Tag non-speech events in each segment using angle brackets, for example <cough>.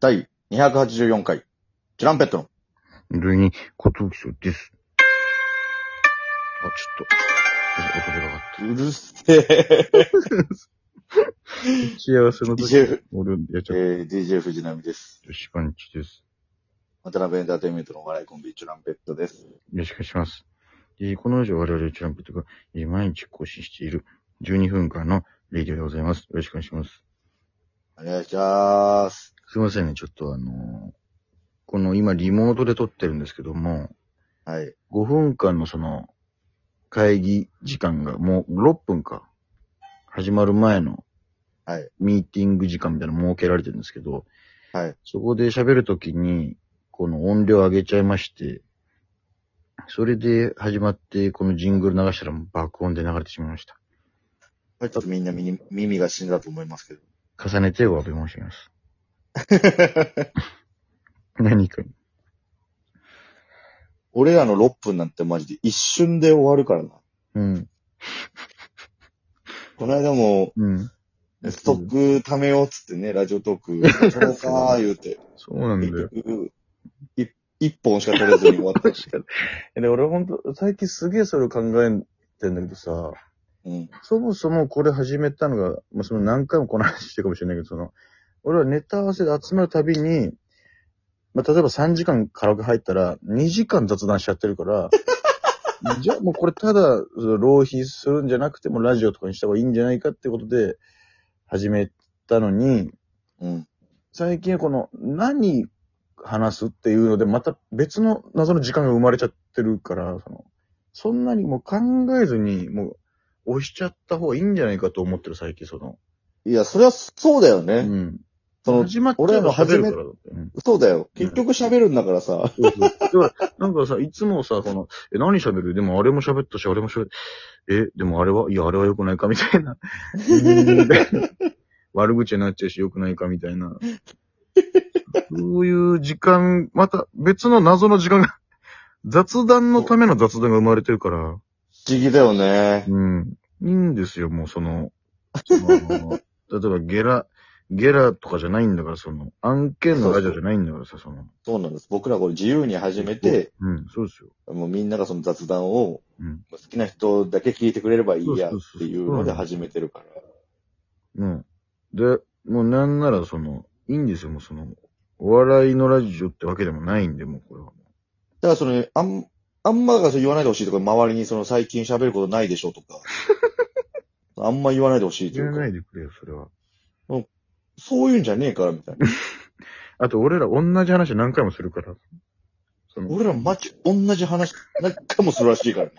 第284回、チュランペットの、ルイに、こときそうです。あ、ちょっと、音う出なかっるせえ、た。幸せの時、 DJ、俺、やっえちゃっー DJ 藤波です。た。しばんちです。渡辺エンターテインメントのお笑いコンビ、チュランペットです。よろしくお願いします。えーこの以上我々チュランペットが、えー毎日更新している12分間のレディオでございます。よろしくお願いします。お願いします。すいませんね、ちょっとあのーこの今リモートで撮ってるんですけども、はい。 5分間のその、会議時間がもう6分か。始まる前のはい。ミーティング時間みたいなの設けられてるんですけど、はい。そこで喋るときに、この音量上げちゃいまして、それで始まって、このジングル流したら爆音で流れてしまいました。これちょっとみんな耳耳が死んだと思いますけど。重ねてお詫び申し上げます。 <laughs> 何かに。俺らの6分なんてマジで一瞬で終わるからな。うん。この間も、うん。ストック貯めようっつってね、ラジオトーク、そうかー言うて、そうなんだ結よ。局、い一本しか取れずに終わったし。確かに。で、俺ほんと、最近すげえそれ考えてんだけどさ、うん。そもそもこれ始めたのが、まあ、その何回もこの話してるかもしれないけど、その、俺はネタ合わせで集まるたびに、まあ、例えば3時間カラオケ入ったら、2時間雑談しちゃってるから、 <laughs> じゃあもうこれただ、その浪費するんじゃなくてもラジオとかにした方がいいんじゃないかってことで、始めたのに、うん。最近この、何話すっていうので、また別の謎の時間が生まれちゃってるから、その、そんなにもう考えずに、もう、押しちゃった方がいいんじゃないかと思ってる、最近、その。いや、それはそうだよね。うん。その、始まっちゃえば喋るからだって。うんそうだよ。結局喋るんだからさ。そうそう。だからなんかさ、いつもさ、この、え、何喋るでもあれも喋ったし、あれも喋った。え、でもあれはいや、あれは良くないかみたいな。 <laughs> うーんみたいな悪口になっちゃうし、良くないかみたいな。そういう時間、また別の謎の時間が、雑談のための雑談が生まれてるから、不思議だよね。うん。いいんですよ、もうその、その例えばゲラ、ゲラとかじゃないんだから、その、案件のラジオじゃないんだからさ、その。そうなんです。僕らこれ自由に始めて、うん、そうですよ。もうみんながその雑談を、うん好きな人だけ聞いてくれればいいやそうっそうてそういうので始めてるから。ねで、もうなんならその、いいんですよ、もうその、お笑いのラジオってわけでもないんで、もうこれは。だからその、あん、あんまだからそれ言わないでほしいとか、周りにその最近喋ることないでしょと <laughs> か。あんま言わないでほしいとい言うわかないでくれよ、それは。そういうんじゃねえからみたいな。あと、俺ら同じ話何回もするから。その、俺らマジ同じ話、なんかもするらしいからね。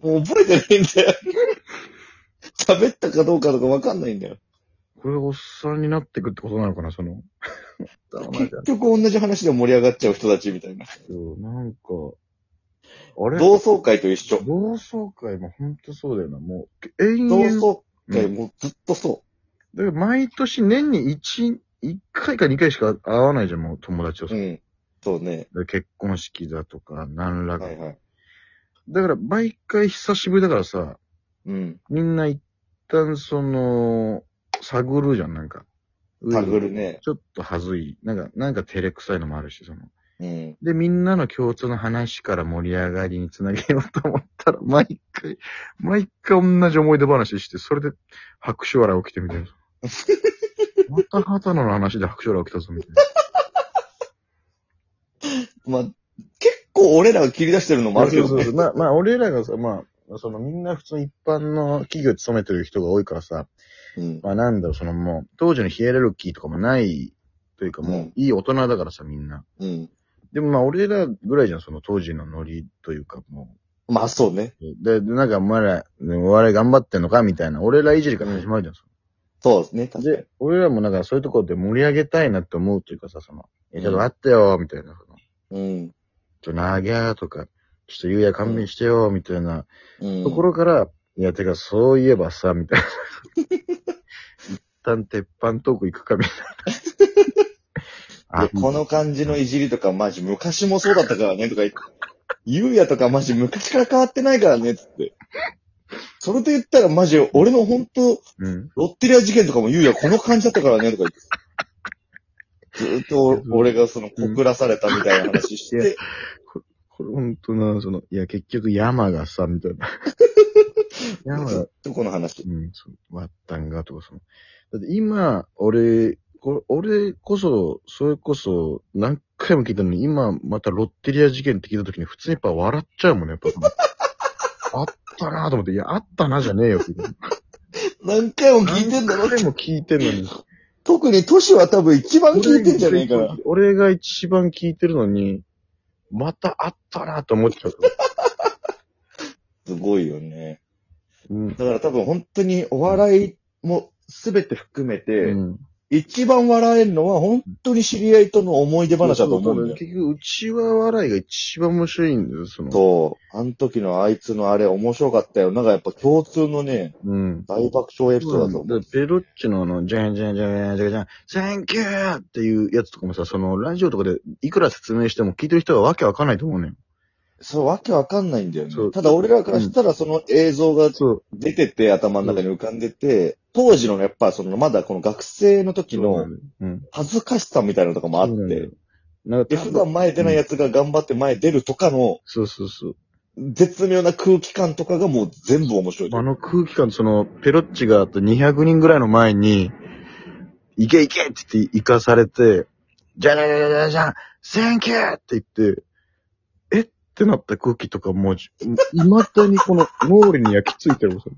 もう覚えてないん <laughs> だよ。喋ったかどうかとかわかんないんだよ。これがおっさんになってくってことなのかな、その。そう結局同じ話で盛り上がっちゃう人たちみたいな。なんか、あれ同窓会と一緒。同窓会もほんとそうだよな、もう。永同遠。窓会うんもうずっとそだから毎年年に1、1回か2回しか会わないじゃん、もう友達をう。さ。うだかん。そうね。ら結婚式だとか、何らか。はいはい。だから、毎回久しぶりだからさ、うん。みんな一旦その、探るじゃん、なんか。探るね。ちょっと恥ずい。なんか、なんか照れくさいのもあるし、その。うん。で、みんなの共通の話から盛り上がりにつなげようと思ったら、 <laughs> 毎回、毎回同じ思い出話して、それで拍手笑い起きて <laughs> みたいな。また畑野の話で拍手笑い起きたぞ、みたいな。まあ、結構俺らが切り出してるのもあるけどね。まあ、まあ、俺らがさ、まあ、そのみんな普通一般の企業に勤めてる人が多いからさ、うん。まあなんだろう、そのもう、当時のヒエラルキーとかもない、というかもう、うんいい大人だからさ、みんな。うん。でもまあ俺らぐらいじゃん、その当時のノリというかもまあそうね。う。で、でなんかお前ら、ねお笑い頑張ってんのかみたいな、俺らいじりから始まるじゃん、そそうですね。確のかにで、俺らもなんかそういうところで盛り上げたいなって思うというかさ、その、え、ちょっと待ってよ、みたいな、その、うん。ちょ、なぎゃーとか、ちょっとゆうや勘弁してよ、みたいなうん。ところから、いや、てか、そういえばさ、みたいな。一旦鉄板トーク行くか、みたいな。 <laughs> でこの感じのいじりとかマジ昔もそうだったからねとか言って、ゆうやとかマジ昔から変わってないからねっつって。それで言ったらマジ俺の本当うん。ロッテリア事件とかもゆうやこの感じだったからねとか言って。ずーっとお俺がその、告らされたみたいな話しいやて、これ本当な、その、いや、結局山がさ、み <laughs> たいな。山ずがっ、とこの話。うん、そう、割ったんがとか、その。だって今、俺、こ俺こそ、それこそ、何回も聞いたのに、今、またロッテリア事件って聞いた時に、普通にやっぱ笑っちゃうもんね、やっぱ <laughs> その。あったなぁと思って、いや、あったなじゃねえよ。何回も聞いてんだろ何回も聞いてんのに。特に都市は多分一番聞いてんじゃねえかな。俺が一番聞いてるのに、またあったなと思っちゃう。すごいよね。うん。だから多分本当にお笑いも全て含めうて、ん一番笑えるのは本当に知り合いとの思い出話だと思うんだよ。結局、うちは笑いが一番面白いんだよ、その。そう。あの時のあいつのあれ面白かったよ。なんかやっぱ共通のね、うん。大爆笑エピソードだとそう思だう。からペロッチのあの、じゃんじゃんじゃんじゃんじゃん、サンキューっていうやつとかもさ、その、ラジオとかでいくら説明しても聞いてる人はわけわかんないと思うねん。そう、わけわかんないんだよねそう。ただ俺らからしたらその映像がそう。出てて、頭の中に浮かんでて、当時のやっぱそのまだこの学生の時そうなのんだようん。恥ずかしさみたいなのとかもあっそうなんだよて、。なんでか多普分、段前出ないやつが頑張って前出るとかの、そうそうそう。絶妙な空気感とかがもう全部面白い。あの空気感、その、ペロッチがあと200人ぐらいの前に、いけいけって言って行かされて、じゃんじゃんじゃんじゃんじゃん、サンキューって言って、えってなった空気とかもう、未だにこの脳裏に焼き付いてるもんそれ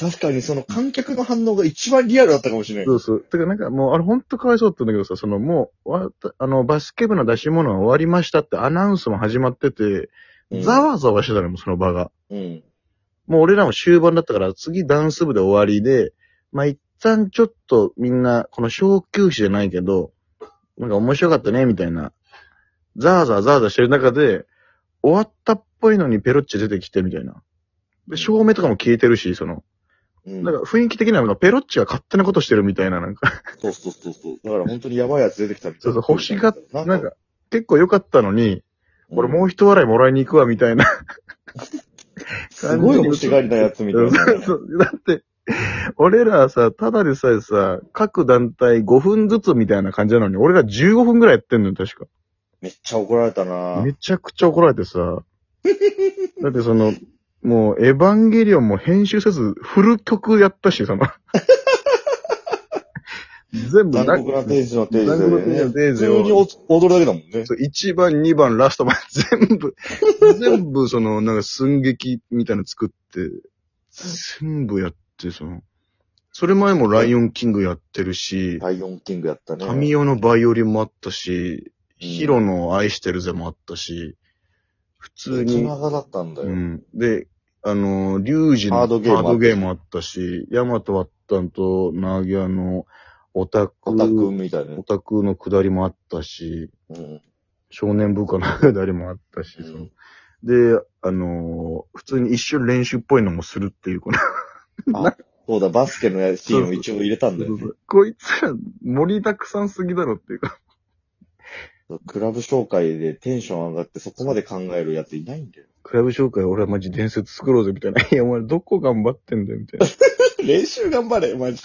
確かにその観客の反応が一番リアルだったかもしれない。そうそう。てかなんかもう、あれほんとかわいそうだったんだけどさ、そのもう、わたあの、バスケ部の出し物は終わりましたってアナウンスも始まってて、うんざわざわしてたのよ、その場が。うん。もう俺らも終盤だったから、次ダンス部で終わりで、まあ一旦ちょっとみんな、この小休止じゃないけど、なんか面白かったね、みたいな。ザーザーザーザーしてる中で、終わったっぽいのにペロッチ出てきて、みたいな。で、照明とかも消えてるし、その、うん。なんか雰囲気的にはなんかペロッチが勝手なことしてるみたいな、なんか、そうそうそうそう。だから本当にやばいやつ出てきたみたそいうな。そう、星が、なんなんか、結構良かったのに、うん俺もう一笑いもらいに行くわ、みたいな。すごい欲しがりなやつみたいな。そうだって、俺らさ、ただでさえさ、各団体5分ずつみたいな感じなのに、俺ら15分ぐらいやってんのよ、確めっちゃ怒られたか。なめちゃくちゃ怒られてさ。 <laughs> だってその、もう、エヴァンゲリオンも編集せず、フル曲やったし、<laughs> その。全部残酷な天使のテーゼ残酷な天使のテー普ゼ通をにお踊るだけだもんね。そう1番、2番、 <laughs> ラストまで全部、全部その、なんか寸劇みたいなの作って、全部やって、その、それ前もライオンキングやってるし、ライオンキングやったね。タミオのバイオリンもあったし、うんヒロの愛してるぜもあったし、普通気に、長だったんだよ。うん。で、あの、リュウジのハードゲームあったしハードゲームあったし、ヤマトワッタンとナーギャのオタク、オタクみたいなオ。タクのくだりもあったし、うん。少年部下の誰もあったし、そので、あのー普通に一瞬練習っぽいのもするっていう、この、そうだ、バスケのシーンを一応入れたんだよね。こいつら盛りだくさんすぎだろっていうか。クラブ紹介でテンション上がってそこまで考えるやついないんだよ。クラブ紹介俺はマジ伝説作ろうぜみたいな。 <laughs> いや、お前どこ頑張ってんだよみたい <laughs> な。い練習頑張れ、マジ。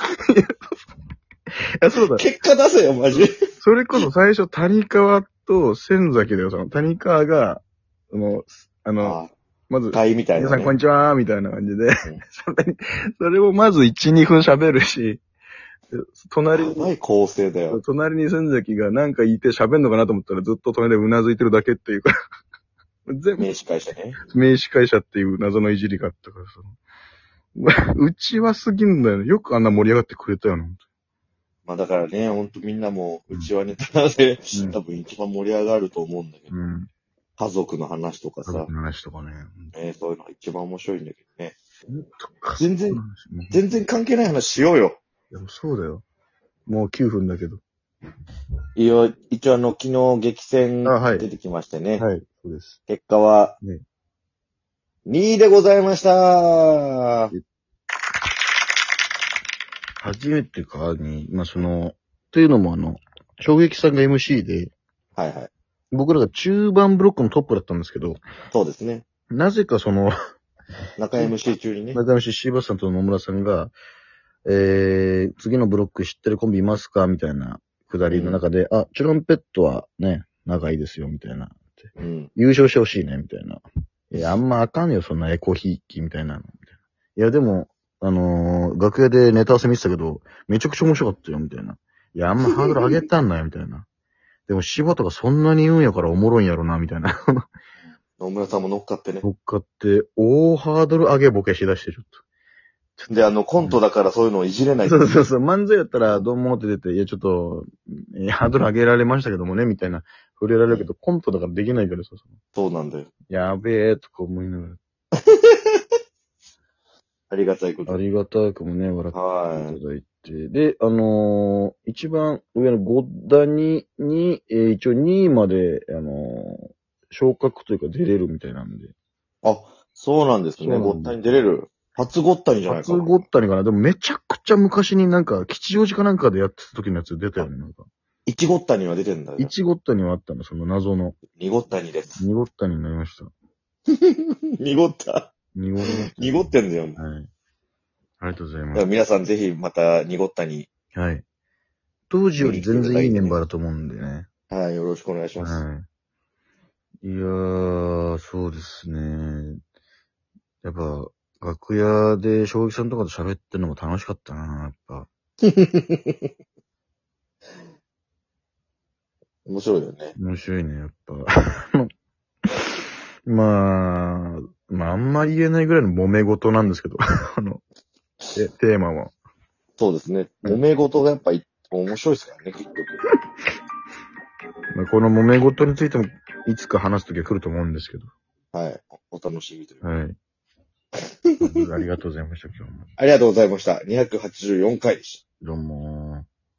や、そう <laughs> だ。結果出せよ、マジ。それこそ最初谷川と仙崎だよ、その谷川が、あの、あの、あまず、あ、いみたい皆な、さんこね。んにちは、みたいな感じで、それに、 <laughs> それをまず1、2分喋るし、で隣やにばい構成だよ。 <laughs> 隣に仙崎がなんかいて喋んのかなと思ったらずっと隣でうなずいてるだけっていうか、 <laughs> 全部名刺会社ね。名詞会社っていう謎のいじりがあったからさ。 <laughs> うちはすぎんだよね。よくあんな盛り上がってくれたよな。まあだからね、ほんとみんなもう、うちはネタなんで、うん多分一番盛り上がると思うんだけど、うん。家族の話とか家さ族、の話とかね。ね、そういうのが一番面白いんだけどね。とか全然そうなんですよね全然関係ない話しようよ。いやもうそうだよ。もう9分だけど。いや、一応あの、昨日激戦あはい出てきましてね。はい。そうです。結果は、ね2位でございました。初めてかに、まあ、その、というのもあの、衝撃さんが MC で、はいはい。僕らが中盤ブロックのトップだったんですけど、そうですね。なぜかその、中 MC 中にね。仲良しシーバスさんと野村さんが、えー、次のブロック知ってるコンビいますかみたいなくだりの中で、あ、チュランペットはね、仲いいですよ、みたいな。うん。優勝してほしいね、みたいな。いや、あんまあかんよ、そんなエコひいきみたいなの。みたいないや、でも、あのー楽屋でネタ合わせ見てたけど、めちゃくちゃ面白かったよ、みたいな。いや、あんまハードル上げたんなよ、みたいな。 <laughs> でも、柴田がそんなに言うんやからおもろいんやろな、みたいな。 <laughs> 野村さんも乗っかってね。乗っかって、大ハードル上げボケしだして、ちょっと。で、あの、コントだからそういうのをいじれない。 <laughs> そうそうそう、漫才やったら、どうもって出て、いや、ちょっと、いやハードル上げられましたけどもね、みたいな、触れられるけど、コントだからできないからさ、そのそうなんだよ。やべえ、とか思いながありがたいことら、あ。りがたくもね、笑ってはいただいて、で、あのー一番上の5ダニに、えー一応2位まで、あのー昇格というか出れるみたいなんで、い。あ、そうなんですそうね。なんだごったに出れる。初ごったにじゃないか初な。ごったにかな、でもめちゃくちゃ昔になんか、吉祥寺かなんかでやってた時のやつ出たよね、なんか。一ごったには出てんだよ。 1ごったにはあったの、その謎の。二ごったにです。 2ごったにになりました。二ごった。濁りました濁ってんだよ。だはい。ありがとうございまからす。皆さんぜひまた二ごったに、はい。当時より全然いいメンバーだと思うんでね。はい、よろしくお願いします。はい。いやー、そうですね。やっぱ、楽屋で将棋さんとかと喋ってるのも楽しかったな、やっぱ。面白いよね。面白いね、やっぱ。 <laughs> まあ、まあ、あんまり言えないぐらいの揉め事なんですけど、 <laughs> あの、えテーマは。そうですね。うん揉め事がやっぱい面白いですからね、結局。まあ、この揉め事についても、いつか話すときは来ると思うんですけど。はい。おお楽しみという。はい。ありがとうございました、今日も。ありがとうございました。284回でした。どうもー。